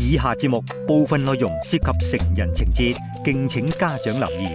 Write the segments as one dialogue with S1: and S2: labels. S1: 以下節目部分內容涉及成人情節，敬請家長留意。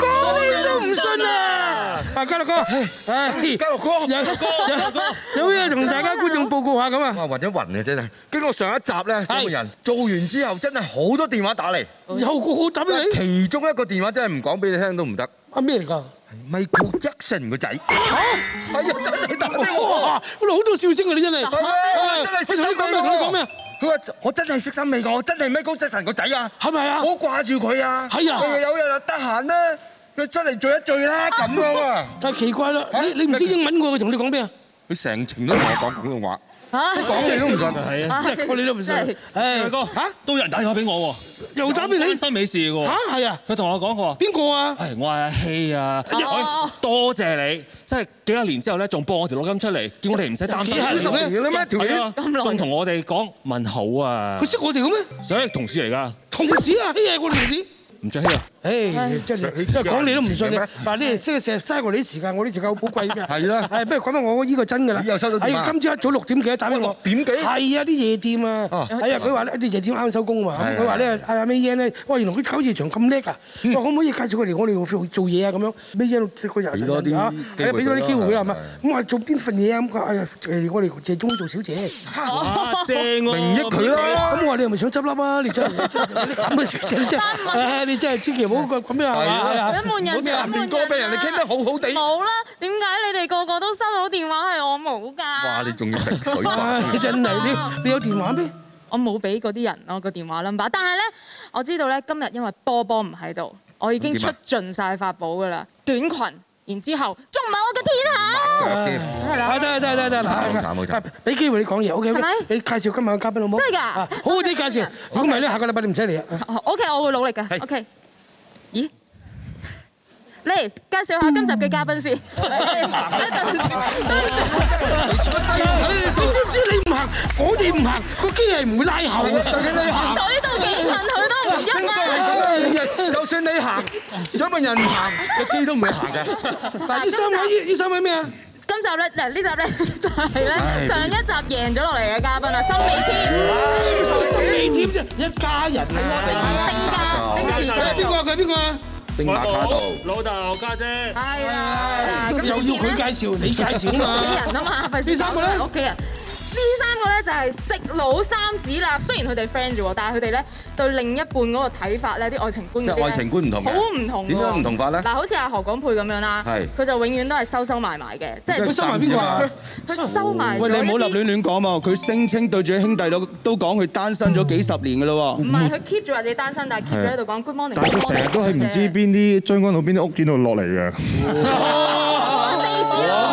S2: 我哋都唔信啊！啊，家樂哥，唉，
S3: 家樂哥
S2: 有
S3: 家樂哥
S2: 有有嘢同大家觀眾報告下咁啊！
S3: 哇，暈一暈嘅真係。經過上一集咧，
S2: 係
S3: 掌門人做完之後，真係好多電話打嚟，
S2: 有個好抌
S3: 但
S2: 你
S3: 其中一個電話真係唔講俾你聽都唔得。
S2: 啊咩嚟㗎？
S3: 係 Michael Jackson 個仔，係啊，真係打俾我。
S2: 哇！我哋好多笑聲啊！你真
S4: 아,
S3: 係
S2: 係，아,
S3: 啊，真係識
S2: 喂
S3: 心
S2: 你講
S3: 美
S2: 咩？同你講
S3: 講
S2: 咩？？
S3: 佢話：我真係識心美㗎，我真係 Michael Jackson 個仔啊！
S2: 係咪啊
S4: 어?
S3: 好？掛住佢啊！
S2: 係啊
S3: 佢話有日得閒咧，你出嚟聚一聚啦，咁樣啊！
S2: 但係奇怪啦，
S3: 嚇
S2: 你你唔識英文喎，佢同你講咩啊？
S3: 佢成程都同我講廣東話，
S5: 啊
S3: 即係講你都 唔信。
S6: 係啊，
S5: 啊
S2: 真係我哋都唔信
S5: 真係。
S2: 唉
S6: 大，啊哥
S2: 嚇
S6: 都有人打電話俾我喎，
S2: 又打俾你
S3: 네.
S6: 有關新美事嘅
S2: 嚇
S6: 喎，
S2: 係啊？
S6: 佢同我講佢話。
S2: 邊個啊？
S6: 係，我係阿希啊！
S2: 哦
S6: 我多謝你，即係幾廿年之後咧，仲播我條錄音出嚟，叫我哋唔使
S3: 아, 네.
S6: 擔心。
S2: 幾廿年
S3: 嘅啦咩條
S2: 아,
S6: 係啊
S5: 咁耐
S6: 仲同我哋講問好啊
S2: 佢！識我哋嘅咩？
S6: 所以同事嚟㗎，
S2: 同事啊，哎呀，我同事。
S6: 唔着希啊！
S2: 唉，真係真係講你都唔信嘅。嗱，你哋即係成日嘥我哋啲時間，我啲時間好寶貴嘅。
S3: 係啦
S2: 係不如講翻我呢個真㗎啦。
S3: 咦又收到電話
S2: 係今朝一早六點幾打俾我。
S3: 六點幾
S2: 係啊，啲夜店啊。
S3: 哦
S2: 係啊，佢話咧啲夜店啱收工啊嘛。
S3: 係嗯
S2: 咁佢話咧阿 May Yan 咧，哇原來佢九字場咁叻啊！哇可唔可以介紹佢嚟我哋做嘢啊？咁樣 May Yan 個人
S3: 俾多啲
S2: 啊
S3: 機會
S2: 係啊俾多啲機會佢啦，係咪
S3: 佢啦？
S2: 咁我話做邊份嘢啊？咁佢話哎呀誒我哋謝中做小姐。
S5: 哦
S2: 啊
S6: 哇，啊正喎，
S3: 明益佢啦
S2: 咁我話你係咪想執笠啊？你真係你真係你咁嘅小姐，你真係唉你真係千祈唔好咁咁樣
S3: 係啊
S2: 係啊
S5: 一悶人
S3: 好似
S5: 掌
S3: 人
S5: 門
S3: 哋歌俾人哋傾得好好地。
S5: 冇啦，點解你哋個個都收到電話係我冇㗎？
S3: 哇！你仲要滴水
S2: 唉，
S3: 法？
S2: 真係你你有電話咩？
S5: 我冇俾嗰啲人咯個電話 number，但係咧我知道咧今日因為波波唔喺度，我已經
S3: 咁點
S5: 出
S3: 啊
S5: 盡晒法寶㗎啦，短裙，然之後仲唔係我嘅天下？係
S2: 啊
S5: 啦，
S2: 得得得得
S3: 慘慘慘
S2: 嗱，啊俾機會你講嘢，OK
S5: 係咪
S2: 你介紹今晚嘅嘉賓好唔好？
S5: 真係㗎
S2: 啊好好啲介紹，如果唔係咧，下個禮拜你唔使嚟啊。
S5: 哦，OK，我會努力
S3: 係
S5: 㗎。OK，咦？嚟介紹下今集嘅嘉賓先。嚟
S3: 嗯
S5: 嚟嚟對唔住對唔住
S2: 你知唔知你唔行，我哋唔行，個機係唔會拉後啊嘅。
S5: 隊到幾近佢都唔喐啊！
S3: 就算你行，掌門人唔行，個機都唔會行嘅。
S2: 嗱，呢三位呢三位咩啊？
S5: 今集咧，嗱呢集 咧就係咧上一集贏咗落嚟嘅嘉賓啦，收尾添，
S2: 新美添啫，一家人
S5: 定
S2: 啊！
S5: 性格定時
S2: 佢係邊
S5: 間，
S2: 個啊？佢係邊個啊？
S3: 兵
S6: 我
S3: 馬卡道，
S6: 老豆家姐，
S5: 係啊，
S2: 又要佢介紹，你介紹啊
S5: 屋企
S2: 嘛。
S5: 人啊嘛，費事
S2: 呢三個咧
S5: 屋企人。呢三個咧就係食佬三子啦，雖然佢哋 friend 啫喎，但係佢哋咧對另一半嗰個睇法咧，啲愛情觀
S3: 即
S5: 嗰啲
S3: 係
S5: 呢
S3: 愛情觀唔同嘅
S5: 好唔同喎
S3: 點解唔同法咧
S5: 嗱，好似阿何廣沛咁樣啦
S3: 係，
S5: 佢就永遠都係收收埋埋嘅，即係
S2: 佢收埋邊個啊？
S5: 佢收埋咗
S7: 喂，你唔好
S5: 一
S7: 立亂
S5: 啲
S7: 亂講嘛！佢聲稱對住啲兄弟都都講佢單身咗幾十年嘅咯
S2: 嗯
S5: 唔係佢 keep 住話自己單身，但係 keep 住喺度講 Good morning。
S8: 但係佢成日都係唔知邊啲將軍澳邊啲屋苑度落嚟嘅，
S7: 喎。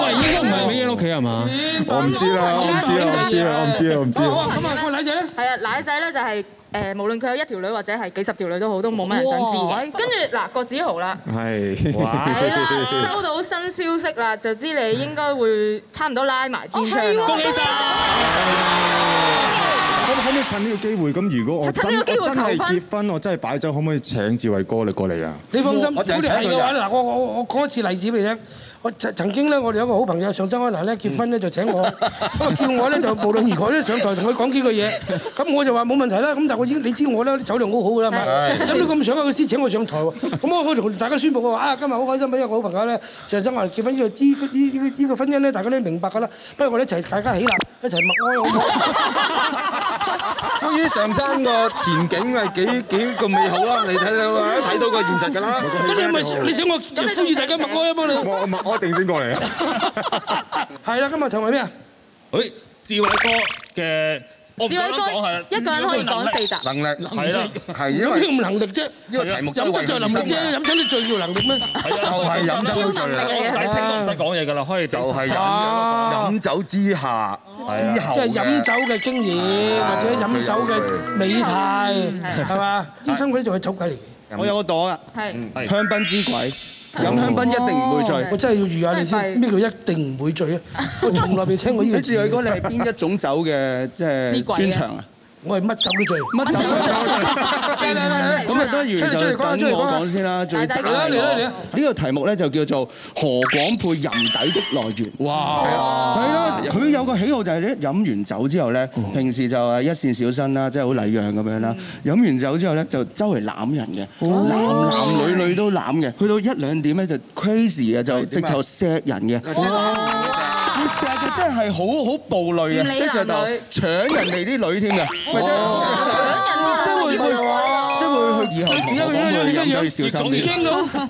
S7: 喂，應該唔係美英屋企啊係嘛？
S8: 我唔知啦，我唔
S3: 啊
S8: 知啦，我唔知啦，我唔知啦，我唔知
S2: 好
S8: 啦。
S2: 啊，咁啊，個奶仔咧，
S5: 係啊，奶仔咧就係誒，無論佢有一條女或者係幾十條女都好，都冇乜人想知嘅。跟住嗱，郭子豪啦，
S8: 係，
S5: 係啦，收到新消息啦，就知你應該會差唔多拉埋天窗啦。
S6: 恭喜晒！
S8: 可唔可唔可以趁呢個機會？咁如果我
S5: 趁
S8: 真
S5: 呢
S8: 我
S5: 個機會
S8: 真係
S5: 求婚
S8: 結婚，我真係擺酒，可唔可以請志偉哥你過嚟啊？
S2: 你放心，如
S3: 我
S2: 果
S3: 就係
S2: 你係
S3: 請佢
S2: 嘅話，
S3: 㗎
S2: 嗱，我我我講一次例子俾你聽。我曾曾經咧，我哋有一個好朋友上山安
S3: 嗯
S2: 南咧結婚咧就請我，咁 啊叫我咧就無論如何咧上台同佢講幾句嘢，咁我就話冇問題啦。咁但係我已經你知我咧啲酒量好好㗎啦嘛，飲到咁上啊，佢先請我上台喎。咁我我同大家宣佈我話啊，今日好開心，因為我好朋友咧上山安南結婚呢個呢個呢個呢個婚姻咧，大家都明白㗎啦。不如我哋一齊大家起立，一齊默哀好唔好？
S3: 終於上山個前景係幾幾咁美好啦！你睇到啊，睇到個現實㗎啦。
S2: 咁你咪你想我呼籲大家默哀啊幫 你？
S8: 我我咪我一定先過嚟啊！
S2: 係啦，今日同埋咩啊？
S6: 誒，志偉哥嘅，我唔
S5: 志
S6: 敢
S5: 偉
S6: 講係
S5: 哥一個人可以講四集，
S3: 能力
S6: 係啦，
S3: 係因
S2: 有
S3: 為
S2: 咩咁能力啫？
S3: 呢個題目
S2: 飲得就係能力啫，
S3: 就
S2: 飲親啲醉叫能力咩？
S6: 啊
S3: 係飲酒
S5: 超能力
S6: 我
S5: 嚟
S6: 大
S5: 嘅。
S6: 聲都唔使講嘢㗎啦，可以就
S3: 就係
S2: 啊
S3: 飲飲酒之下之後
S2: 即係飲
S3: 嘅
S2: 酒嘅經驗，或者飲酒嘅美態，係嘛？醫生嗰啲仲係酒鬼嚟嘅。
S7: 我有個朵啊，
S5: 係
S7: 香檳之鬼，飲香檳一定唔會醉。
S2: 哦我真係要預下你
S5: 真係
S2: 先，
S5: 廢
S2: 咩叫一定唔會醉啊？我從來未聽過呢個
S7: 你自
S2: 字
S7: 偉，哥，你係邊一種酒嘅即
S5: 至
S7: 係
S5: 貴嘅
S7: 專長啊？
S2: 我係乜酒都醉。
S7: 乜酒都醉？
S2: 嚟嚟嚟
S7: 咁啊，不如
S2: 出嚟
S7: 就
S2: 講啊
S7: 等
S2: 出嚟講
S7: 我
S2: 啊
S7: 講先啦，最渣
S5: 嚟啦
S2: 嚟啦嚟
S7: 呢
S2: 啦
S7: 個題目咧就叫做何廣沛淫底的來源。
S4: 哇！
S7: 係啦，佢有個喜好就係咧，飲完酒之後咧，平時就係一線小生啦，即係好禮讓咁樣啦。飲完酒之後咧，就周圍攬人嘅，男男女女都攬嘅。去到一兩點咧就 crazy 嘅，就直頭錫人嘅。佢錫嘅真係好好暴戾
S5: 唔理
S7: 嘅，即係直頭
S5: 男女
S7: 搶人哋啲女添嘅，咪即係即係會會即係會去以後同我講佢飲酒要小心啲。
S2: 驚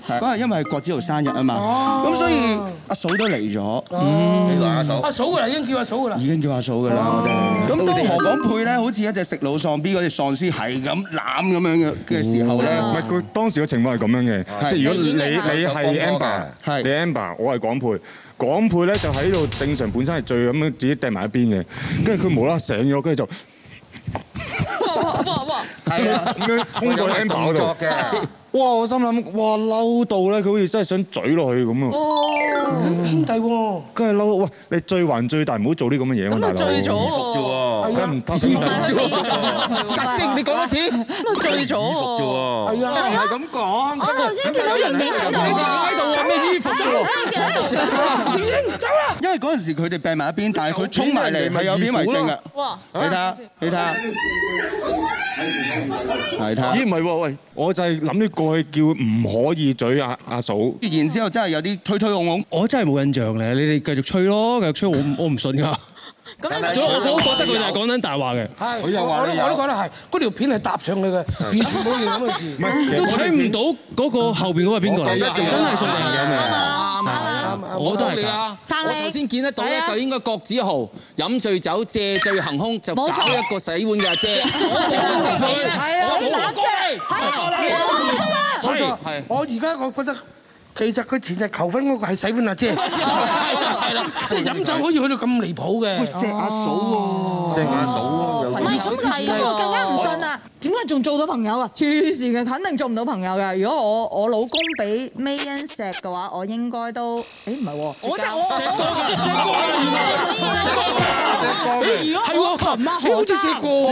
S2: 到
S7: 嗰日因為郭子豪生日啊嘛，咁所以阿嫂都嚟咗。
S4: 幾耐啊嫂？
S2: 阿嫂㗎啦，已經叫阿嫂㗎啦。
S7: 已經叫阿嫂㗎啦，我哋。咁當何廣沛哦咧，好似一隻食腦喪 B 嗰隻喪屍係咁攬咁樣嘅嘅時候咧，
S8: 唔係佢當時嘅情況係咁樣嘅，哦即係如果你
S5: 你已經係
S8: 你係
S4: 有幫幫
S8: Amber，
S4: 嘅
S7: 係
S8: 你 Amber，我係港配。港配咧就喺度正常本身係醉咁樣自己掟埋一邊嘅，跟住佢無啦啦醒咗，跟住就
S5: 哇哇哇！
S7: 係啦，
S8: 啊咁樣衝過去 Amber 嗰
S4: 作
S8: 度。
S4: 嘅。
S8: 哇！我心諗，哇嬲到咧，佢好似真係想嘴落去咁啊！
S2: 兄弟喎，
S8: 跟住嬲到，喂，你醉還最大，唔好做啲咁嘅嘢喎，
S5: 咁
S8: 大
S5: 啊
S8: 佬。
S5: 醉咗喎，
S4: 啫
S8: 梗係唔得
S5: 唔係
S8: 啦。
S5: 死咗喎，特徵你講多次，咁啊醉咗喎，
S4: 喎，
S2: 係啊，
S4: 唔係咁講。
S9: 我頭先見到盈盈喺度啊，
S4: 喺度咩衣服啫喎？
S7: 因為嗰陣時佢哋病埋一邊，但係佢衝埋嚟係有邊為證㗎。
S5: 哇！
S7: 你睇下，你睇下，係睇下
S8: 咦，唔係喎，喂，我就係諗住過去叫唔可以嘴阿阿嫂。唔。
S7: 然之後真係有啲推推擁擁，
S10: 我真係冇印象咧，你哋繼續吹咯，繼續吹，我唔我唔信㗎。
S5: 咁你
S10: 我我都覺得佢哋係講緊大話嘅，
S2: 係。
S4: 佢又話
S2: 我都
S4: 你有
S2: 我都覺得係，嗰條片係搭上去嘅，完全冇件咁嘅事。
S8: 係
S10: 都睇唔到嗰個後邊嗰個係邊個
S4: 我
S10: 嚟嘅，
S4: 覺得
S10: 真係信定
S9: 啱
S10: 嘅。
S9: 啊，啱啊，
S10: 我都係㗎
S9: 撐
S3: 我頭
S9: 你，
S3: 先見得到咧，就應該郭子豪飲醉酒借醉行兇，就搞
S9: 冇錯
S3: 一個洗碗嘅阿 姐。
S9: 你攬住，係啊，我中啊！
S2: 冇錯
S3: 係，
S2: 我而家我覺得其實佢前日求婚嗰個係洗碗 阿姐，係啦，你飲酒可以去到咁離譜嘅，
S7: 錫阿嫂
S4: 即係阿嫂咯，有
S9: 唔係咁就咁我更加唔信啦。點解仲做到朋友啊？黐線嘅，肯定做唔到朋友嘅。如果我我老公俾 Mayan 錫嘅話，我應該都誒唔係喎，我就我
S2: 係喎，琴晚好似試過喎，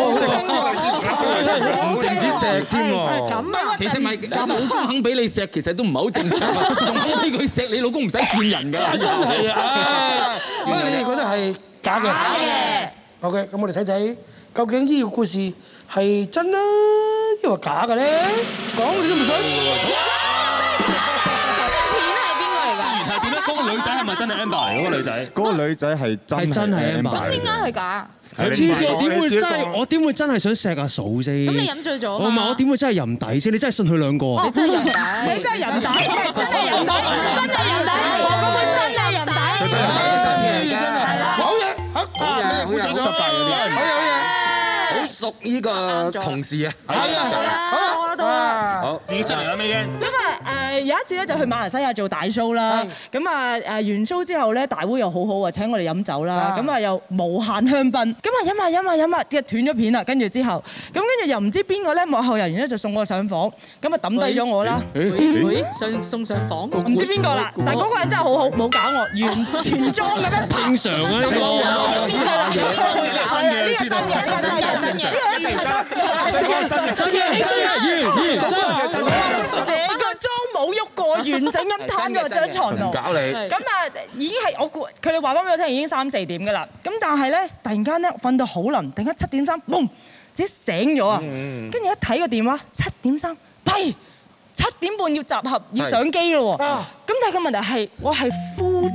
S4: 唔止石添
S9: 係
S4: 喎。
S9: 咁啊，
S3: 其實咪老公肯俾你錫，其實都唔係好正常，仲好俾佢錫你老公唔使見人㗎。
S2: 真係啊！所以你哋覺得係假嘅？假嘅。OK，咁我哋睇睇究竟呢個故事係真啦，抑或假嘅咧？講你都唔信。
S5: 片係邊個嚟㗎？
S6: 係點咧？嗰個女仔係咪真係 Amber 嚟嗰個女仔？
S8: 嗰個女仔係真
S10: 係真係啊嘛
S5: 咁應該係假。
S10: 黐線，我點會真係我點會真係想錫阿嫂啫？
S5: 咁你飲醉咗嘛
S10: 我唔係我點會真係淫底啫？你真係信佢兩個啊？
S5: 你真係人底，你真係人底，真係人底，
S9: 啊
S5: 真係人底，我覺得真係人底。
S2: 好嘢，好
S4: 好嘢，好嘢，好失敗嗰啲，
S2: 好嘢，
S4: 好熟呢個同事啊。
S2: 係啊，好啦，到啦。
S6: 自己出嚟啦，咩嘢？
S11: 咁啊誒有一次咧就去馬來西亞做大 show 啦，咁啊誒完 show 之後咧大會又好好啊，請我哋飲酒啦，咁啊又無限香檳，咁啊飲啊飲啊飲啊，嘅斷咗片啦，跟住之後，咁跟住又唔知邊個咧幕後人員咧就送我上房，咁啊抌低咗我啦，
S5: 會會上送上房，
S11: 唔知邊個啦，但係嗰個人真係好好，冇搞我，完全裝咁樣拍。
S10: 正常啊呢個。
S5: 邊個啦？
S11: 係啊，呢個真嘅，呢個真嘅，真嘅。成個妝冇喐過，完整咁攤咗喺張床度。
S4: 搞你
S11: 咁啊，已經係我估佢哋話翻俾我聽，已經三四點㗎啦。咁但係咧，突然間咧，我瞓到好冧，突然間七點三，嘣，自己醒咗啊！跟住一睇個電話，七點三，弊，七點半要集合，要上機咯喎。咁但係個問題係，我係 full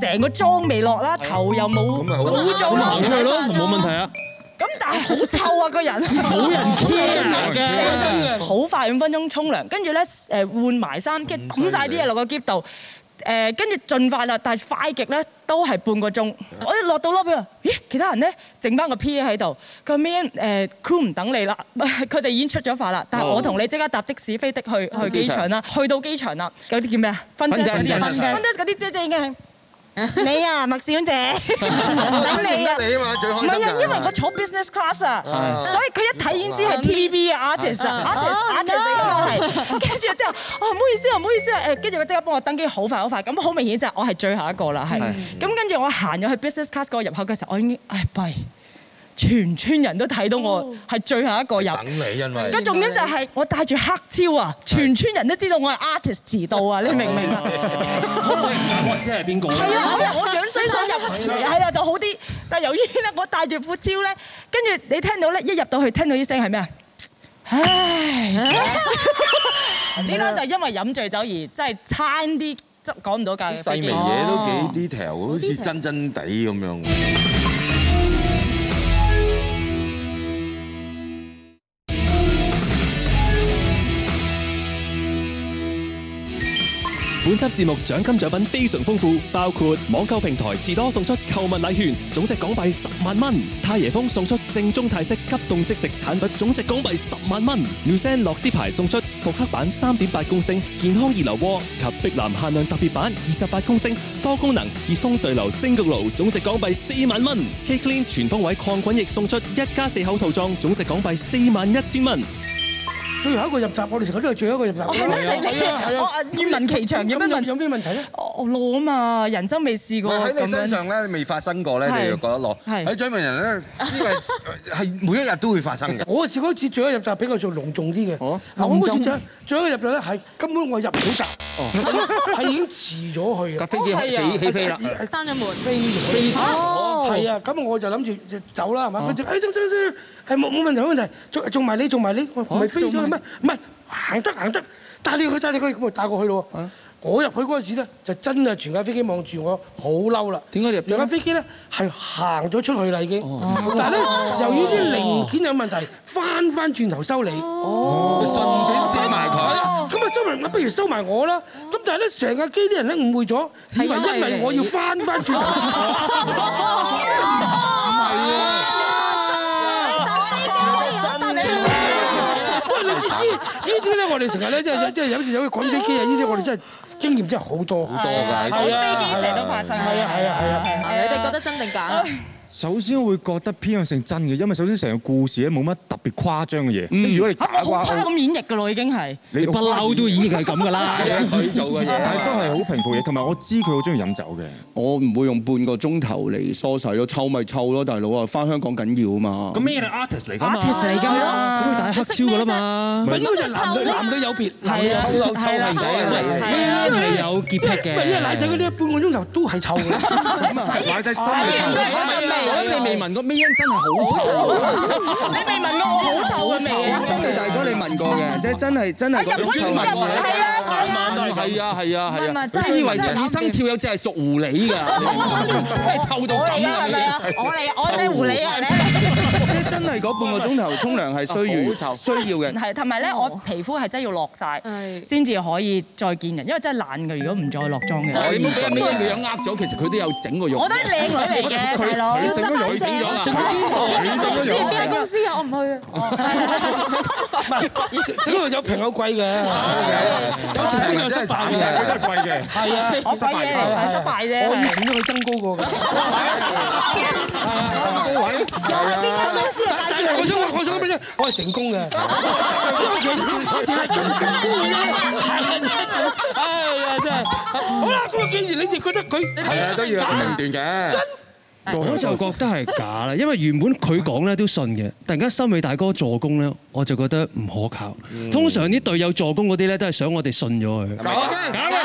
S11: 誒成個妝未落啦，頭又冇
S4: 咪好咯
S11: 冇
S5: 咁
S11: 咗
S5: 咪好
S11: 啦
S10: 行。出去咯，冇問題啊！
S11: 咁但係好臭啊個人，冇人 care 嘅，啊好快五分鐘沖涼，跟住咧誒換埋衫，跟住抌晒啲嘢落個篋度，誒跟住盡快啦，但係快極咧都係半個鐘，我一落到 lobby 啊咦其他人咧剩翻個 P A 喺度，佢話咩誒 crew 唔等你啦， 佢哋已經出咗發啦，但係我同你即刻搭的士飛的去去機場啦，去到機場啦，嗰啲叫咩啊？分 desk 嗰啲人
S9: 分
S11: 分
S9: desk
S11: desk 嗰啲姐姐已經係。 你啊，麥小姐， 等你啊，
S4: 你啊嘛最開
S11: 唔
S4: 心㗎
S11: 係啊，因為我坐 business class 啊，
S4: 係
S11: 所以佢一睇已經知係 TVB 啊 artist 啊
S9: 哦
S11: artist artist 嚟㗎係跟住之後，哦唔好意思啊，唔好意思啊，誒，跟住佢即刻幫我登機，好快好快，咁好明顯就係我係最後一個啦，係。
S12: 係
S11: 咁跟住我行入去 business class 嗰個入口嘅時候，我已經唉弊。全村人都睇到我係最後一個入，
S4: 等你因為
S11: 咁重點就係我戴住黑超啊，全村人都知道我係 artist 遲到啊，你明唔明啊？
S6: 我知係邊個？
S11: 係啦，可能我樣衰衰入係啦就好啲，但係由於咧我戴住副超咧，跟住你聽到咧一入到去聽到啲聲係咩啊？唉， 呢單就係因為飲醉酒而真係差啲執講唔到價嘅。
S4: 細微嘢都幾 detail，好似真真地咁樣喎。
S6: 本輯節目獎金獎品非常豐富，包括網購平台士多送出購物禮券，總值港幣十萬蚊；太爺風送出正宗泰式急凍即食產品，總值港幣十萬蚊；Newsen 樂斯牌送出復刻版三點八公升健康熱流鍋及碧藍限量特別版二十八公升多功能熱風對流蒸焗爐，總值港幣四萬蚊；K Clean 全方位抗菌液送出一家四口套裝，總值港幣四萬一千蚊。
S2: 最後一個入閘，我哋成日都係最後一個入閘。
S11: 我哦係乜
S2: 係
S11: 死
S2: 啊係
S11: 我
S2: 啊
S11: 啊願聞其詳，有咩問
S2: 有咩問題咧？
S11: 我攞啊嘛，人生未試
S4: 唔
S11: 過
S4: 係喺你
S11: 咁樣
S4: 身上咧，未發生過咧，
S11: 係
S4: 你就覺得落。
S11: 係
S4: 喺張文人咧，呢個係係每一日都會發生嘅。
S2: 我試過一次最後一入閘比較上隆重啲嘅。嗱我嗰次最最後一入閘咧係根本我入唔到閘，係已經遲咗去啊。
S3: 架飛機起起起飛啦
S5: 閂咗門
S2: 飛咗。
S3: 飛咗
S2: 哦係啊，咁我就諗住就走啦，係嘛？佢就誒哎走走走，係冇冇問題冇問題，做做埋你嗯哦做埋你，我唔係飛咗啦咩？唔係行得行得，帶你去帶你去，咁我帶過去咯喎。我入去嗰陣時咧，就真係全架飛機望住我，好嬲啦！點解入？啊哦架飛機咧係行咗出去啦已經，但係咧由於啲零件有問題，翻翻轉頭收你，哦，
S4: 順便遮埋佢
S2: 係啦咁啊收埋，不如收埋我啦。咁但係咧，成架機啲人咧誤會咗，以為因為我要翻翻轉頭接我。喂，你知唔知呢啲咧？我哋成日咧，即係即係有時有去趕飛機啊！呢啲我哋真係經驗真係好多，好
S4: 多㗎
S2: 係啊，
S11: 飛機成日都發生。
S2: 係啊係啊係啊。
S5: 啊你哋覺得真定假？
S8: 首先我會覺得偏向性真嘅，因為首先成個故事咧冇乜特別誇張嘅嘢。即係如果你假嘅
S11: 我
S8: 話，
S11: 好
S8: 我
S11: 咁演繹㗎咯，已經係。
S8: 你不嬲都已經係咁
S11: 㗎啦
S8: 係啊
S4: 佢做嘅嘢
S8: 但係都係好平鋪嘢，同埋我知佢好中意飲酒嘅。
S7: 我唔會用半個鐘頭嚟梳洗咯，臭咪臭咯，大佬啊，翻香港緊要啊嘛。
S6: 咁咩你 artist 嚟㗎嘛
S11: artist 嚟㗎嘛，
S7: 咁佢戴黑超㗎啦嘛
S2: 唔係呢個就男女男女有別，男女有
S7: 係
S2: 別
S7: 啊臭臭男仔啊你
S2: 因為呢
S7: 係有潔癖嘅
S2: 因為因為奶仔嗰啲半個鐘頭都係臭嘅。
S7: 奶仔
S3: 係
S7: 真
S3: 臭
S2: 係
S3: 你未聞過咩因真係好臭啊
S11: 你未聞過我好臭嘅味啊！
S7: 真係大哥，你聞過嘅，即係真係真係嗰種臭味。
S3: 係啊係啊係啊
S7: 唔係唔
S3: 係啊
S7: 係真！係
S3: 你以為
S7: 真係
S3: 人以生肖有隻係屬狐狸㗎？真係臭到咁㗎！
S11: 係咪啊？我嚟，我係咩狐狸啊？
S7: 即係真係嗰半個鐘頭沖涼係需要需要嘅。
S11: 係，同埋咧，我皮膚係真係要落晒，先至可以再見人，因為真係懶嘅。如果唔再落妝嘅，
S3: 你唔好俾阿咩嘅樣呃咗，其實佢都有整個肉。
S11: 我都係靚女嚟嘅大佬
S3: 佢整咗肉，整咗啦。
S5: 邊間公司啊？我唔去啊！
S2: 整個有平有貴嘅，
S4: 아, 예.
S2: 有成功有失敗嘅，
S8: 佢都係貴嘅。
S2: 係 啊，
S11: 我貴
S2: 아,
S11: 嘢嚟㗎失敗啫
S2: 我以前都去增高過㗎。增
S7: 高位
S2: 又係邊間公司啊？介紹我想話我想講俾你聽，我係成功嘅。我淨係咁高嘅啫。哎呀，真係好啦，咁啊，既然你哋覺得佢
S4: 係啊，都要有個
S2: 假
S4: 名段嘅。
S10: 我就覺得係假啦，因為原本佢講咧都信嘅，突然間森美大哥助攻咧，我就覺得唔可靠。
S3: 嗯
S10: 通常啲隊友助攻嗰啲咧，都係想我哋信咗佢。
S2: 假嘅，假嘅。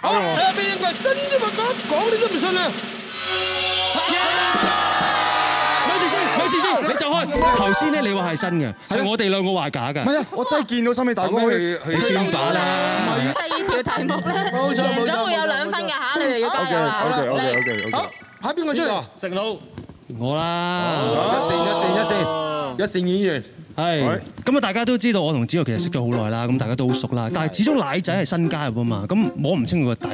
S2: 好啦，睇下邊一個係真啫嘛，講講你都唔信啊！
S10: 咪住先，咪住先，你走開。頭先咧，你話係真嘅，係我哋兩個話假㗎。
S8: 唔係啊，我真係見到森美大哥去
S10: 你算把啦。
S5: 第二條題目咧，
S2: 冇錯
S5: 贏
S2: 冇
S5: 咗
S2: 錯
S5: 會有兩分嘅嚇，你哋要加油啦！
S8: OK，OK，OK，OK。
S2: 好，派邊個出嚟？
S6: 食佬，
S10: 我啦。
S4: 一線一線一線一線演員。
S10: 係，咁啊大家都知道我同子豪其實識咗好耐啦，咁大家都好熟啦。但係始終奶仔係新加入啊嘛，咁摸唔清佢個底，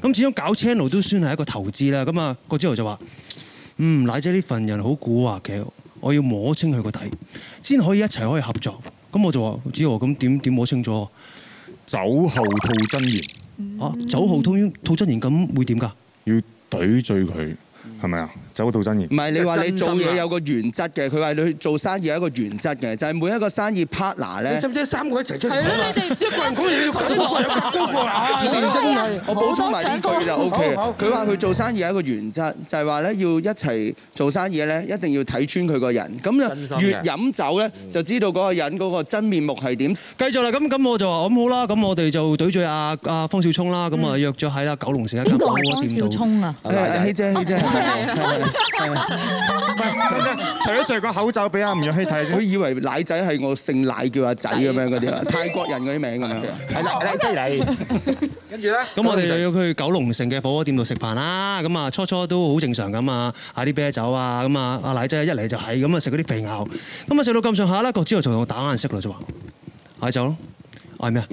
S10: 咁始終搞 channel 都算係一個投資啦。咁啊，個子豪就話：嗯，奶仔呢份人好蠱惑嘅，我要摸清佢個底，先可以一齊可以合作。咁我就話：子豪，咁點點摸清楚？
S8: 酒後吐真言。
S10: 啊，酒後吐吐真言咁會點㗎？
S8: 要懟醉佢，係咪啊？走到真言。唔
S7: 唔係你話你
S2: 啊
S7: 做嘢有個原則嘅，佢話你做生意有一個原則嘅，就係每一個生意 partner 咧
S2: 你使。唔使三個一齊出嚟？
S7: 係咯
S2: 你哋一個人講嘢要講
S7: 講
S2: 個講個啊！
S7: 我
S2: 認真係
S7: 我補充埋呢句就 O K
S2: 好好
S7: 佢話佢做生意有一個原則，就係話咧要一齊做生意咧，一定要睇穿佢個人。咁就越飲酒咧，
S2: 嗯
S7: 就知道嗰個人嗰個真面目係點。
S10: 繼續啦，咁咁我就話咁好啦，咁我哋就對住阿阿方少聰啦，咁啊約咗喺啦九龍城一間
S9: 嗯邊個
S10: 火
S9: 係
S10: 鍋店度。
S9: 方少聰啊？
S7: 誒希姐希 姐，
S8: 除咗除個口罩俾阿吳若希睇
S7: 佢以為奶仔係我姓奶叫阿仔咁樣嗰啲啊，泰國人嗰啲名咁樣。
S8: 係啦，即係你。
S4: 跟住咧，
S10: 咁我哋就要去九龍城嘅火鍋店度食飯啦。咁啊，初初都好正常咁啊，嗌啲啤酒啊，咁啊，阿奶仔一嚟就係咁啊食嗰啲肥牛。咁啊食到咁上下啦，郭之豪就同我打眼色啦，就話嗌酒咯，嗌咩啊？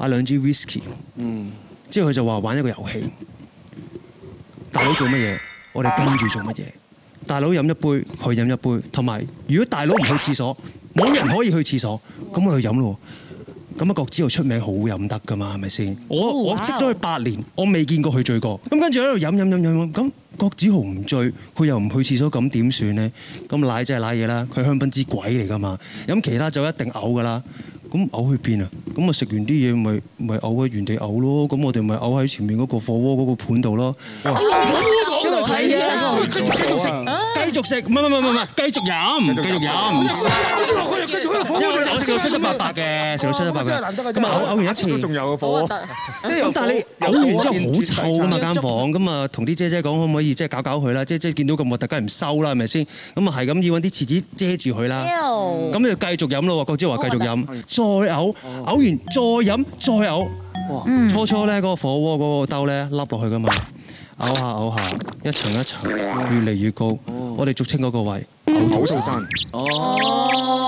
S10: 嗌兩支 whisky。嗯。之後佢就話玩一個遊戲，大佬做乜嘢，我哋跟住做乜嘢。大佬飲一杯，佢飲一杯，同埋如果大佬唔去廁所，冇人可以去廁所，咁我去飲咯喎。咁啊，郭子豪出名好飲得噶嘛，係咪先？我我識咗佢八年，我未見過佢醉過。咁跟住喺度飲飲飲飲飲，咁郭子豪唔醉，佢又唔去廁所，咁點算呢？咁奶真係奶嘢啦，佢香檳之鬼嚟噶嘛。飲其他酒一定嘔噶啦。咁嘔去邊啊？咁啊食完啲嘢咪咪嘔喺原地嘔咯。咁我哋咪嘔喺前面嗰個火鍋嗰個盤度咯。
S2: 火鍋
S10: 因為
S2: 講
S10: 係啊，
S2: 繼續繼續食。啊
S10: 繼續食，唔係唔係唔係唔係，繼續飲，繼續飲。因為我食到七七八八嘅，食到七七八八。
S2: 哦真係難得啊
S10: 咁啊，嘔嘔完一次，仲
S8: 有個
S10: 火。
S7: 即係
S10: 咁
S7: 有
S10: 但係你嘔完之後好臭噶嘛間
S7: 有
S10: 房，咁啊同啲姐姐講可唔可以即係搞搞佢啦？即即係見到咁核突，梗係唔收啦，係咪先？咁啊係咁要揾啲廁紙遮住佢啦。
S9: Ew
S10: 咁你就繼續飲咯喎，郭子華繼續飲，再
S3: 哦
S10: 嘔，嘔完再飲，再嘔。初初咧嗰個火鍋嗰個兜咧凹落去噶嘛，嘔下嘔下，一層一層，越嚟越高。
S3: 哦
S10: 我哋俗稱嗰個位嘔
S8: 吐山。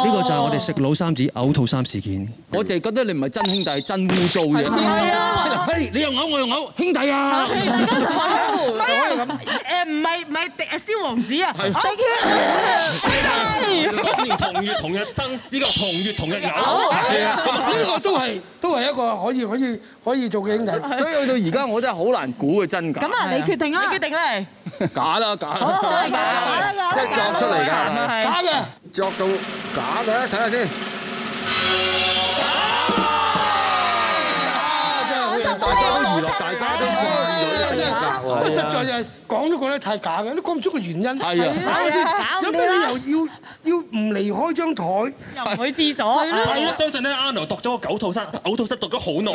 S10: 呢個就係我哋食老三子嘔吐三事件。
S3: 我就係覺得你唔係真兄弟，係真污糟嘅。係啊， 嘿，你又嘔我又嘔，兄弟啊！
S11: 唔係啊誒唔係唔係迪 誒燒王子啊，
S9: 係
S11: 啊
S9: 滴血
S6: 當年同月同日生，只覺同月同日
S3: 哦
S2: 係
S6: 有。
S2: 啊，呢個都係都係一個可以可以可以做嘅兄弟。
S3: 所以去到而家我真係好難估嘅真假。
S9: 咁啊，你決定啦
S11: 你決，定啦，係
S3: 假啦哦假啦，
S9: 好係假啦
S4: 即係作出嚟
S11: 係
S4: 㗎，
S11: 咪
S2: 假嘅，
S4: 作到假嘅，睇下先。
S9: 我就
S4: 大家都娛樂，大家都慣咗呢啲格
S2: 不過
S4: 喎。
S2: 啊實在就係講都覺得太假嘅，都講唔出個原因。係
S3: 啊
S2: 有咩理由要要唔離開張台？
S11: 又唔去廁所，係
S6: 我相信咧 a n 度咗個嘔吐室，嘔吐室度咗好 耐。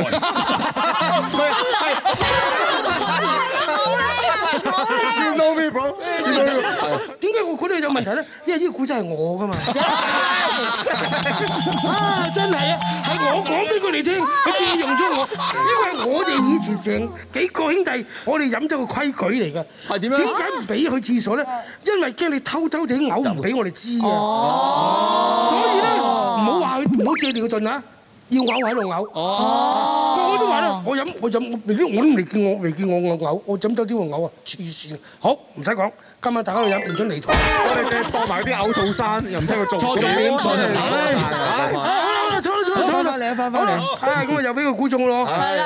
S8: You know me, bro. You know me.
S2: 點解我覺得有問題 咧？因為呢個古仔係我㗎嘛。 啊，真係啊，係我講俾佢哋聽，佢借用咗我。因為我哋以前成幾個兄弟，我哋飲咗個規矩嚟㗎。
S3: 係點樣啊
S2: 點解唔俾去廁所咧？因為驚你偷偷地嘔唔俾我哋知啊。
S3: 哦
S2: 所以咧，唔好話佢，唔好借你個盾啊！要嘔喺度嘔，
S3: 哦
S2: 個個都話啦，我飲我飲，我未必我都未見我未見我我嘔，我飲酒點會嘔啊？黐線！好，唔使講，今晚大家去飲，唔准離台。
S8: 我哋淨係播埋啲嘔吐山，又唔聽佢做。錯
S7: 點錯重點
S2: 아,啊！坐啦坐啦坐
S7: 翻返，
S2: 啦
S7: 嚟啊，翻返嚟。
S2: 啊咁啊又俾佢估中咯。
S3: 開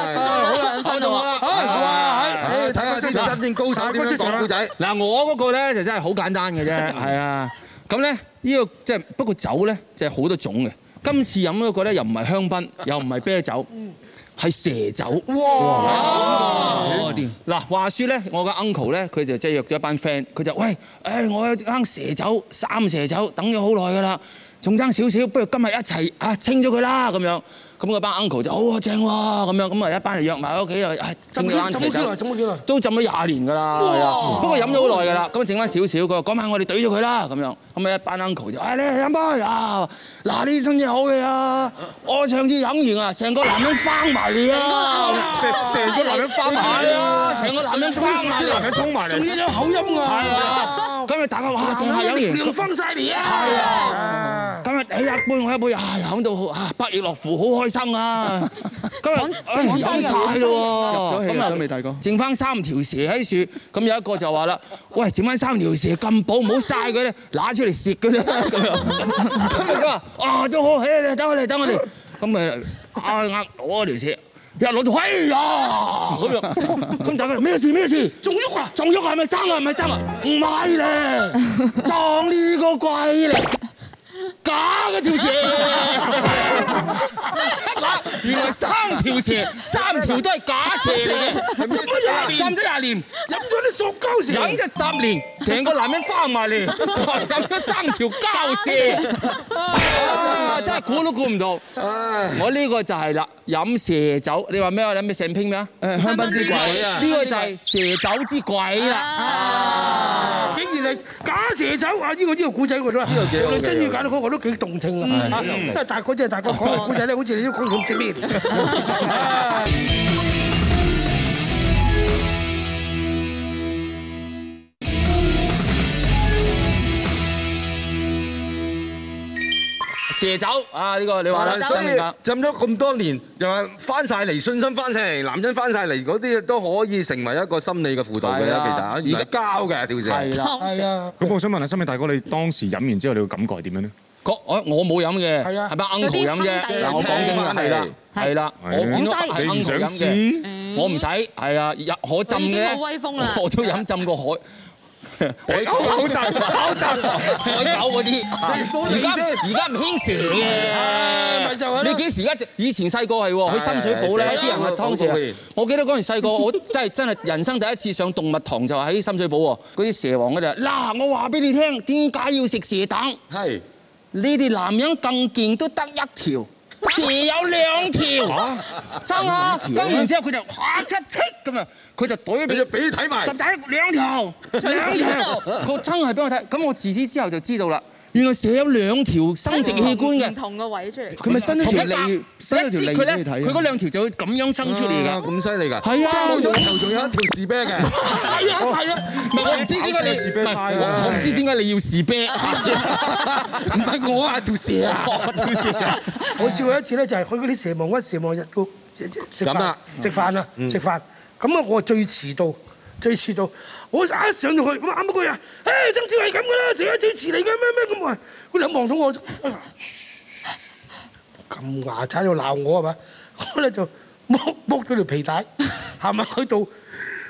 S3: 到啊啦。
S2: 好哇，係
S4: 睇下啲真正高手點樣講故仔。
S3: 嗱，我嗰個咧就真係好簡單嘅啫，係啊。咁咧呢個即係不過酒咧就係好多種嘅。今次飲嗰個咧又唔係香檳，又唔係啤酒，係蛇酒。
S4: Ừ.
S3: 嗱，話説咧，我嘅 uncle 咧，佢就即係約咗一班 friend，佢就喂，誒，我有間蛇酒，三蛇酒，等咗好耐㗎啦，仲爭少少，不如今日一齊啊清咗佢啦咁樣。咁嗰班 uncle 就好啊正喎，咁樣咁啊一班人約埋喺屋企又啊整
S2: 浸
S3: 咗
S2: 咗浸
S3: 間蛇酒
S2: 咗幾耐？。浸咗幾耐？
S3: 都浸咗廿年㗎啦，係啊，不過飲咗好耐㗎啦，咁啊剩翻少少，佢話嗰晚我哋懟咗佢啦，咁樣，咁啊一班 uncle 就，唉你飲杯啊，嗱呢啲真嘢好嘅啊，我上次飲完啊，成個男人翻埋你啊，
S8: 成成個男人翻埋
S3: 係
S8: 嚟啊！
S3: 啊，成個男人啊翻埋
S8: 啲男
S3: 你
S8: 人啊哎衝埋
S2: 仲
S8: 嚟。
S2: 要有口音
S3: 아,
S2: 啊！
S3: 啊，今日大家
S8: 哎
S3: 哇正下
S2: 有力
S3: 飲
S2: 量
S3: 完，
S2: 翻晒嚟啊！
S3: 今日你哎一杯我一杯，啊飲到好啊百益樂乎，好開心 啊！今日唉飲晒咯
S7: 入咗
S3: 喎，
S7: 氣
S3: 咁
S7: 啦，
S3: 啊
S7: 心美大哥。
S3: 剩翻三條蛇喺處，咁有一個就話啦：， 喂，剩翻三條蛇咁補，唔好嘥佢咧， 揦出嚟食佢啦咁啊樣。咁佢話：，啊，都好，誒，等我哋，等我哋。咁咪啊，呃攞條蛇，一攞到，哎呀咁樣，咁大家咩事咩事？中喐啊！中喐係咪生啊？係咪生啊？唔係咧，撞呢個鬼咧，假嘅條蛇。嗱，原來三條蛇，三條都係假蛇嚟嘅，
S2: 浸咗廿年
S3: 浸咗廿年，
S2: 飲咗啲塑膠蛇
S3: 飲咗十年，成個男人花埋嚟，就飲咗三條膠蛇。啊！真係估都估唔到，我呢個就係啦，飲蛇酒。你話咩啊？你咩蛇拼咩啊？
S7: 誒香檳之鬼啊
S3: 呢個就係蛇酒之鬼啦。
S2: 竟然係假蛇酒啊！呢個呢個古仔我都無
S3: 好
S2: 論真要假都好，我都幾動聽啊！嚇
S3: 嗯
S2: 因為大哥即係大哥講嘅古仔咧，好似你都講到唔知咩嚟。
S3: 蛇酒啊！呢個你話啦，
S4: 所
S3: 真
S4: 以
S3: 定假？
S4: 浸咗咁多年，又話翻晒嚟，信心翻晒嚟，男人翻晒嚟，嗰啲都可以成為一個心理嘅輔導嘅
S8: 係
S4: 啦
S8: 啊。
S4: 其實而家交嘅跳蛇，
S3: 係啦係啊
S8: 咁我想問下，森美大哥，你當時飲完之後，你個感覺係點樣咧？
S3: 我哎我冇飲嘅，
S8: 係啊
S3: 係咪
S8: 有啲
S3: uncle 飲啫？
S8: 坑底
S3: 嗱，我講真嘅係啦，
S8: 係
S3: 係啦，我
S8: 係
S3: 見到
S8: 廣西
S3: 係
S8: 你唔
S3: uncle
S8: 想
S3: 飲
S8: 試
S3: 嘅，我唔使，係啊，入可浸
S5: 呢啲
S3: 嘅，
S5: 好威風啦
S3: 我都飲 浸過海。海
S4: 狗口浸口浸
S3: 海狗嗰啲，
S4: 你唔好理
S3: 而家
S4: 先
S3: 而家唔興蛇
S4: 係咪就係
S3: 嘅，
S4: 咯
S3: 你幾時而家以前細個係喎，去深水埗咧
S4: 係係
S3: 啲人係湯
S4: 好高
S3: 蛇
S4: 嘅。
S3: 我記得嗰陣細個，我真係 真係人生第一次上動物堂就係喺深水埗喎，嗰啲蛇王嗰度。嗱，我話俾你聽，點解要食蛇膽？
S4: 係
S3: 你哋男人更健都得一條，蛇有兩條。真啊！
S4: 兩
S3: 跟
S4: 條
S3: 完之後佢就嚇一踢咁啊，佢就懟
S4: 你就俾睇埋
S3: 就睇兩條，
S4: 哎隨時
S3: 兩條
S4: 度
S3: 佢真係俾我睇。咁我自此之後就知道啦，原來蛇有兩條生殖器官嘅
S5: 唔。同嘅位出嚟。
S3: 佢咪伸咗條
S5: 同一
S3: 脷
S5: 格，
S3: 伸咗條脷俾你睇啊
S5: 佢嗰
S3: 兩條就會咁樣生出嚟㗎
S4: 啊咁犀利㗎。
S3: 係啊
S4: 即係冇咗頭仲有一條士啤嘅。
S3: 係啊係啊，唔係我唔知點解你
S4: 士
S3: 唔
S4: 啤
S3: 係
S4: 派
S3: 我我唔知點解你要士啤，
S6: 啊
S4: 唔係我啊條蛇啊，
S3: 條蛇
S4: à?
S3: 啊。
S2: 我試過一次咧，就係去嗰啲蛇王嗰蛇王日個食
S4: 飲
S2: 飯
S4: 啦，
S2: 食飯啊，
S3: 嗯
S2: 食飯。咁啊，我最遲到，最遲到。我一上到去，咁啊啱嗰個人，誒曾志偉咁噶啦，成日最遲嚟嘅咩咩咁啊！佢兩望到我，哎呀咁牙刷喺度鬧我係嘛？我咧就剝剝咗條皮帶，行埋去度。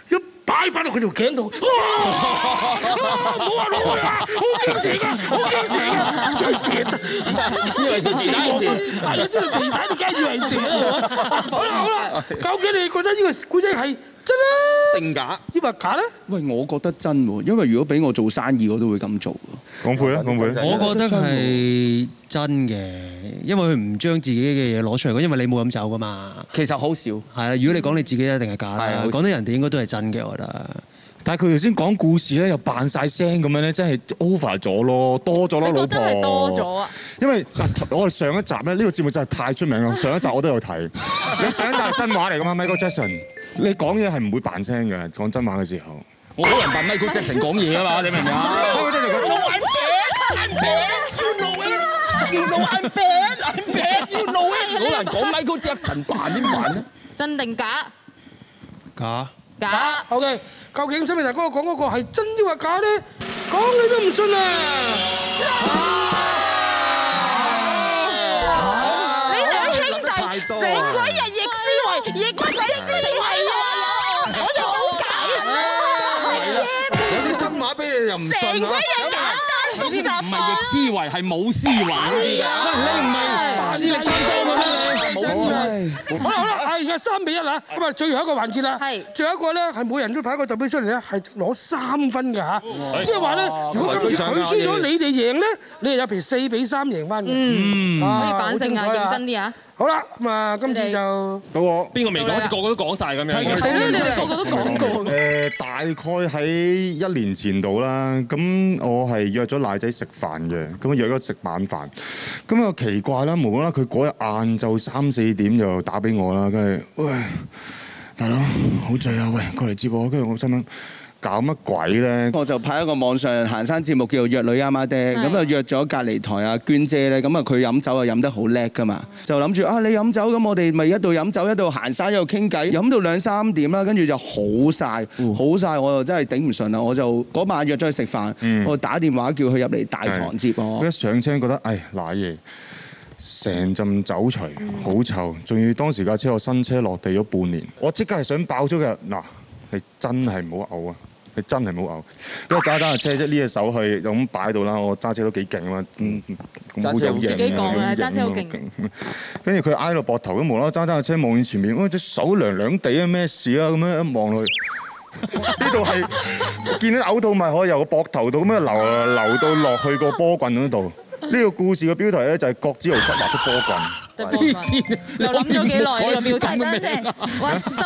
S2: 一擺翻到佢條頸度，哇！唔好話攞佢啊，好驚蛇㗎，好驚蛇㗎，真係蛇
S3: 以為佢皮帶蛇
S2: 係啊，真係皮帶都梗係以為蛇啦，係嘛好啦好啦，究竟你覺得呢個古仔係真啊？
S4: 定假？
S2: 呢個假咧？
S7: 喂，我覺得真喎，因為如果俾我做生意，我都會咁做喎。
S8: 講倍啊，講倍
S10: 我覺得係真嘅，因為佢唔將自己嘅嘢攞出嚟講，因為你冇飲酒噶嘛。
S3: 其實好少。係
S10: 啊，如果你講你自己一定係假
S8: 係啊
S10: 啦
S8: 好，少
S10: 講到人哋應該都係真嘅，我覺得。
S8: 但係佢頭先講故事咧，又扮晒聲咁樣咧，真係 over 咗咯，多咗咯，
S5: 你
S8: 老
S5: 覺得
S8: 婆。
S5: 係多咗啊？
S8: 因為嗱，我哋上一集咧，呢個節目真係太出名啦。上一集我都有睇，你上一集係真話嚟噶嘛，Michael Jackson，你講嘢係唔會扮聲嘅，講真話嘅時候。
S3: 我可能扮 Michael Jackson 講嘢啊嘛，你明唔明啊
S8: Michael Jackson 講
S3: I'm bad, you know it, you know I'm bad, I'm bad, you know it。好難講 Michael Jackson 扮啲扮啊！
S5: 真定假？
S10: 假。
S5: 假。
S2: OK，究竟新美大哥講嗰個係真抑或假咧？講你都唔信啊！
S11: 你兩兄弟成鬼日逆思維，逆骨仔思維啊！我就好假啊！
S4: 有啲真話俾你又唔
S11: 成
S4: 信
S11: 鬼
S4: 啊！
S11: 日簡單複雜
S3: 唔係逆思維，係冇思維嗰啲㗎。
S4: 智力擔當
S2: 아,
S4: 嘅咩你？
S2: 好啦好啦， 啊而家三比一啦，咁啊最後一個環節啦，最後一個咧係每人都派一個代表出嚟咧，係攞三分㗎嚇，即係話咧，如果今次佢輸咗你哋贏咧，你哋有譬如四比三贏翻嘅，
S5: 嗯，
S2: 啊
S5: 可以反勝啊，
S2: 好精彩
S5: 認真啲啊！
S2: 好啦，咁啊今次就
S8: 到我
S6: 邊個未講？好似個個都講晒咁樣。
S8: 誒、呃大概喺一年前度啦，咁我係約咗奶仔食飯嘅，咁啊約咗食晚飯，咁啊奇怪啦，無啦啦佢嗰日晏晝三四點就打俾我啦，跟住喂大佬好醉啊，喂過嚟接我，跟住我心諗搞乜鬼咧？
S7: 我就拍一個網上行山節目叫做《約女阿媽爹》，咁啊約咗隔離台啊娟姐咧，咁啊佢飲酒啊飲得好叻噶嘛，就諗住啊你飲酒咁，我哋咪一度飲酒一度行山一度傾偈，飲到兩三點啦，跟住就好晒，
S3: 嗯
S7: 好晒，我就真係頂唔順啦，我就嗰晚約咗去食
S3: 嗯
S7: 飯，我打電話叫佢入嚟大堂接我
S8: 哎佢一。上車覺得，唉，賴嘢。成陣酒除，好臭，仲要當時架車我新車落地咗半年，我即刻係想爆咗嘅嗱，你真係唔好嘔啊！你真係唔好嘔，因為揸揸架車啫，呢隻手係就咁擺到啦。我揸車都幾勁啊嘛，嗯咁
S5: 揸車好勁自己講啊
S8: 好型
S5: 揸車好勁。
S8: 跟住佢挨落膊頭都無啦啦揸揸架車望見前面，哇隻手涼涼地啊，咩事啊？咁樣一 望落去。呢度係見到嘔吐物可以由個膊頭度咁樣流流到落去個波棍嗰度。呢個故事嘅標題咧就係郭子豪失落的波棍。
S5: 黐線！又諗咗幾耐呢個標題？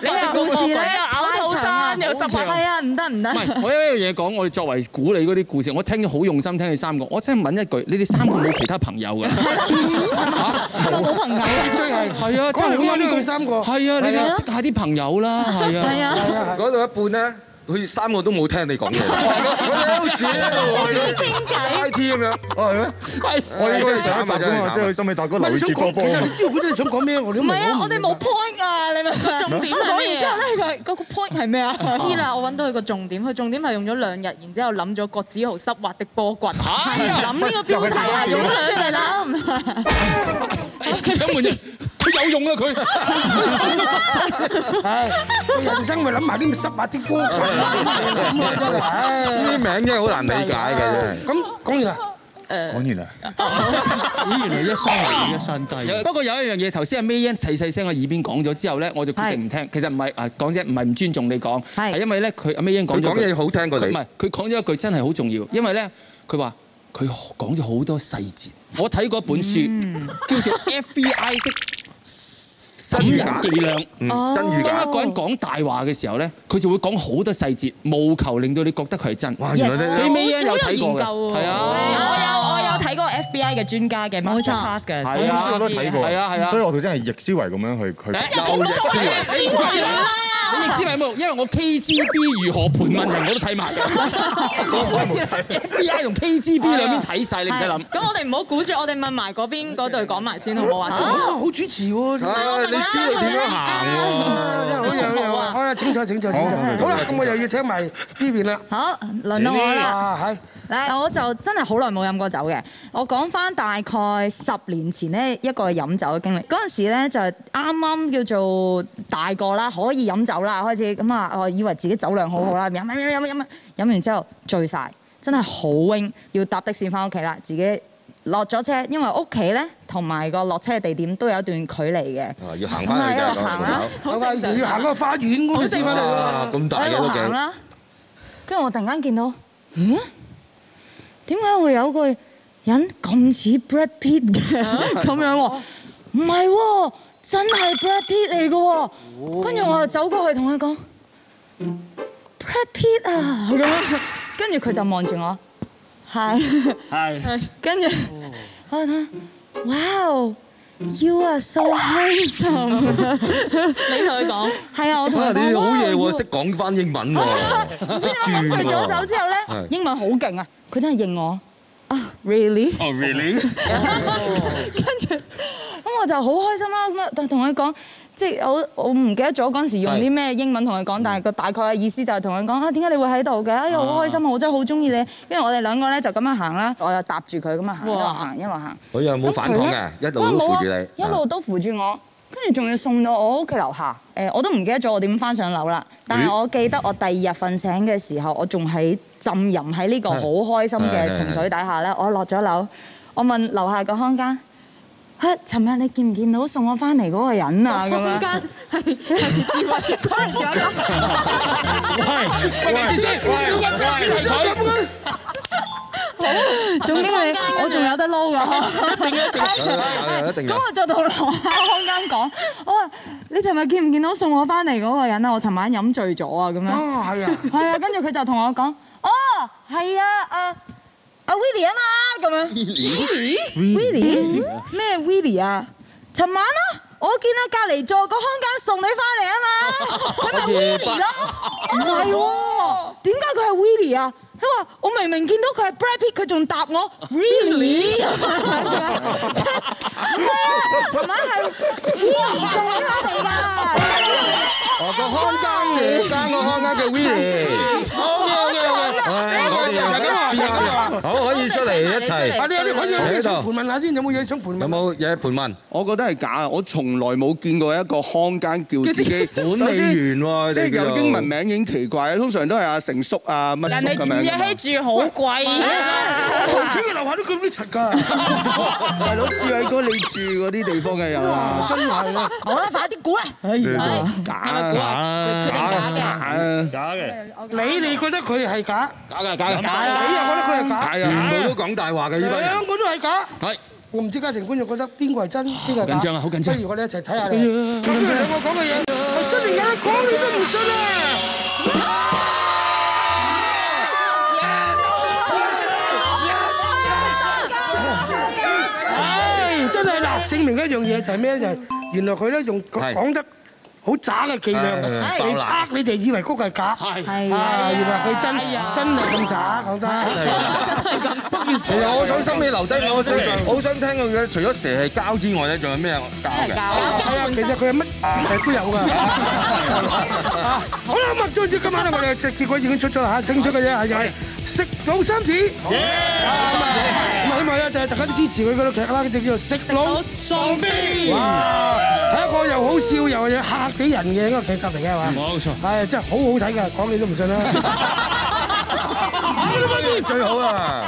S9: 你又故事咧，
S11: 嘔吐山又濕
S9: 係啊，唔得唔得
S3: 唔。係，我有一樣嘢講，我哋作為估你嗰啲故事，我聽咗好用心聽你三個，我真係問一句，你哋三個冇其他朋友 嘅？
S9: 我冇 朋友嘅，
S3: 真係係啊，真係
S2: 講完呢句三個
S3: 係啊，你
S4: 係
S3: 哋
S4: 啊
S3: 識下啲朋友啦，係啊。
S9: 係啊，
S4: 講到一半咧，佢三個都冇聽你講嘢，我哋好似喺度
S5: 傾
S4: I T 咁樣。
S8: 哦，係咩？我應該上一集咁啊，即係佢心美大哥留住波波。
S2: 知道本身你想講咩，我哋都
S9: 唔
S2: 明
S9: 係啊，我哋冇 point 啊，你明唔明？
S5: 重點
S9: 我
S5: 係
S9: 講
S5: 咩
S9: 完之後咧，佢嗰個 point 係咩啊？
S5: 知啦，我揾到佢個重點，佢重點係用咗兩日，然之後諗咗郭子豪濕滑的波棍，諗呢個標題係用兩
S9: 啊出
S5: 日
S9: 嚟啦，
S5: 啦。
S3: 掌哎門人，佢有用啊佢。
S2: 唉， 人生咪諗埋啲咁濕滑 啲歌咁啊真係唉
S4: 呢啲名真係好難理解嘅，真係。
S2: 咁講完啦，
S8: 講完啦，
S10: 咦，原來一山高一山低。
S3: 不過有一樣嘢，頭先阿 May 欣細細聲喺耳邊講咗之後咧，我就決定唔聽。其實唔係啊，講啫，唔係唔尊重你講，
S9: 係
S3: 係因啊為咧佢阿 May 欣講
S4: 佢
S3: 咗
S4: 講
S3: 句
S4: 嘢好聽過
S3: 佢
S4: 你
S3: 唔。係佢講咗一句真係好重要，因為咧佢話佢講咗好多細節。我睇過一本書叫做 FBI 的審人伎倆。
S4: 真與
S3: 當
S4: 假
S3: 一個人講大話嘅時候咧，佢就會講好多細節，務求令到你覺得佢係真。
S4: 哇！原來咧，
S3: 你 May 欣有睇過
S5: 好有研
S3: 嘅，
S5: 究喎
S3: 係
S11: 我
S3: 啊。
S11: 有我有睇嗰個 FBI 嘅專家嘅
S9: 冇錯
S11: master class 嘅，所以
S8: 係啊，我都睇過。
S3: 係啊係啊
S8: 所以我頭先係逆思維咁樣去去。
S3: 有逆思維，你逆思維有冇？因為我 KGB 如何盤問人我都睇埋，FBI 同 KGB 兩邊睇晒，你唔使諗。
S5: 咁我哋唔好估住，我哋問埋嗰邊嗰隊講埋先，好唔好
S2: 哇，
S5: 啊？
S2: 好主持喎，真係
S4: 啊你知道點樣行
S2: 好有有啊，好啦，請坐請坐請坐，好啦，咁我又要請埋呢邊啦，
S9: 好，輪到我啦。
S2: 啊係，
S9: 嗱，我就真係好耐冇飲過酒嘅。我講翻大概十年前呢一個飲酒嘅經歷。嗰陣時咧就啱啱叫做大個啦，可以飲酒啦，開始咁啊，我以為自己酒量好好啦，飲飲飲飲飲，飲完之後醉晒，真係好 wing，要搭的士翻屋企啦，自己落咗車，因為屋企咧同埋個落車嘅地點都有一段距離嘅。
S4: 啊要行
S9: 咁啊
S4: 翻
S9: 一
S4: 去㗎，
S9: 路行
S4: 講
S9: 啦
S4: 條，
S5: 好正常
S2: 我話要行嗰個花園嗰度先翻嚟
S4: 友
S2: 啦。
S4: 啊咁大
S9: 喺
S4: 嘅
S9: 度
S4: 都
S9: 行
S4: 幾。
S9: 啦，跟住我突然間見到，咦？點解會有個人咁似 Brad Pitt 嘅咁樣
S4: 哦
S9: 喎？唔係喎，真係 Brad Pitt 嚟嘅喎。跟住我就走過去同佢講，Brad Pitt 啊咁樣。跟住佢就望住我，係。
S3: 係
S9: 跟住
S4: 哦
S9: 我睇，哇！You are so handsome。
S5: 你同佢講，
S9: 係啊，我同
S4: 哇！
S9: 佢
S4: 你
S9: 講
S4: 好嘢
S9: "Wow, you
S4: 喎，識講翻英文 喎。
S9: 啊唔知我飲醉咗酒之後咧
S4: 係，
S9: 英文好勁啊！佢真係認我啊，really？
S3: 哦，really？
S9: 跟住咁我就好開心啦，咁啊同佢講，即係我我唔記得咗嗰陣時用啲咩英文同佢講，但係個大概嘅意思就係同佢講啊，點解你會喺度嘅？哎呀，好開心啊，我真係好中意你。跟住我哋兩個咧就咁樣行啦，我又搭住佢咁樣行，一路行一路行。
S4: 佢又啊冇反抗嘅，一路都扶住你。
S9: 啊
S4: 啊
S9: 一路都扶住我，跟住仲要送到我屋企樓下。誒，我都唔記得咗我點翻上樓啦。但係我記得我第二日瞓醒嘅時候，我仲喺浸淫喺呢個好開心嘅情緒底下咧。我落咗樓，我問樓下個看更：，嚇，尋日你見唔見到送我翻嚟嗰個人 啊？咁樣
S5: 空。間係係智慧。
S3: 喂，等陣先，係佢，
S9: 總經理，我仲有得撈 㗎。
S4: 一定有一定有
S9: 咁我就同樓下空間講，我話你尋日見唔見到送我翻嚟嗰個人啊？我尋晚飲醉咗啊，咁樣。
S2: 哦，係啊，
S9: 係啊，跟住佢就同我講，哦，係啊，啊阿 Willie 啊嘛，咁樣。Willie？Willie？咩 Willie 啊？尋晚啊，我見啊隔離座個看更送你翻嚟啊 嘛，佢咪 Willie 咯？唔係喎，點解佢係 Willie 啊？佢話我明明見到佢係 Brad Pitt，佢仲答我 Really？尋啊晚係 Willie 送你翻嚟㗎。
S4: 哦，個康間嘅，間個康間叫 Willie。好嘅好嘅好嘅，我哋又咁變下好可以出嚟一齊。
S2: 啊，你有啲可以有啲嘢想
S4: 喺
S2: 盤
S4: 度
S2: 問下先，有冇嘢想盤問？
S4: 有冇嘢盤問？
S7: 我覺得係假啊！我從來冇見過一個康間叫自己
S4: 叫自己管理員喎
S7: 首先
S4: 你
S7: 即
S4: 叫
S7: 係
S4: 做
S7: 有英文名已經奇怪，通常都係阿成叔啊乜
S11: 人
S7: 叔
S11: 哋
S7: 咁樣㗎
S11: 甜
S7: 嘛。
S11: 嘢希住好貴啊！
S2: 佢樓下都咁啲柒㗎，
S7: 大佬志偉哥，你住嗰啲地方嘅有啦，
S2: 真係啊！
S9: 好啦，快啲估啦！
S7: 哎
S2: 呀
S7: 假
S2: 咪
S7: 啊
S2: 估
S7: 假
S2: 啊
S7: 啊
S2: 佢定假嘅
S7: 嘅，
S4: 假嘅。
S2: 你哋覺得佢係假？
S3: 假嘅，假嘅，
S2: 假嘅你又覺得佢係假
S4: 係啊，全部都講大話嘅呢班人。
S2: 兩個都係假。
S3: 哎係。
S2: 我唔知家庭觀眾覺得邊個係真，邊個係假。
S3: 緊張啊好緊張
S2: 不如我哋一齊睇下
S3: 哎呀
S2: 你。咁你兩個講嘅嘢，我真定假講你都唔信啊！
S11: 哎
S3: 哎
S2: 唉，哎真係嗱，證明一樣嘢就係咩咧？就係原來佢咧用
S4: 係
S2: 講得好渣嘅伎倆，啊
S3: 哎
S4: 唉
S2: 你
S4: 爆冷
S2: 呃你哋以為嗰個係假，
S9: 係
S2: 啊，原來佢真
S3: 哎
S2: 真係咁渣，講得
S4: 其實我想心裏留低，我最想好想聽佢嘅，除咗蛇係膠之外咧，仲有咩膠嘅？
S2: 係啊，其實佢係乜誒都有㗎。啊好啦，咁啊，總之今晚咧，我哋嘅結果已經出咗啦嚇，勝出嘅啫係就係食老三子。啊咁啊，希望咧就係大家都支持佢嗰套劇啦，叫做《食老喪屍》。哇，係一個又好笑又有嚇死人嘅一個劇集嚟嘅係嘛？冇錯。係真係好好睇㗎，講你都唔信啦。
S4: 最好啊！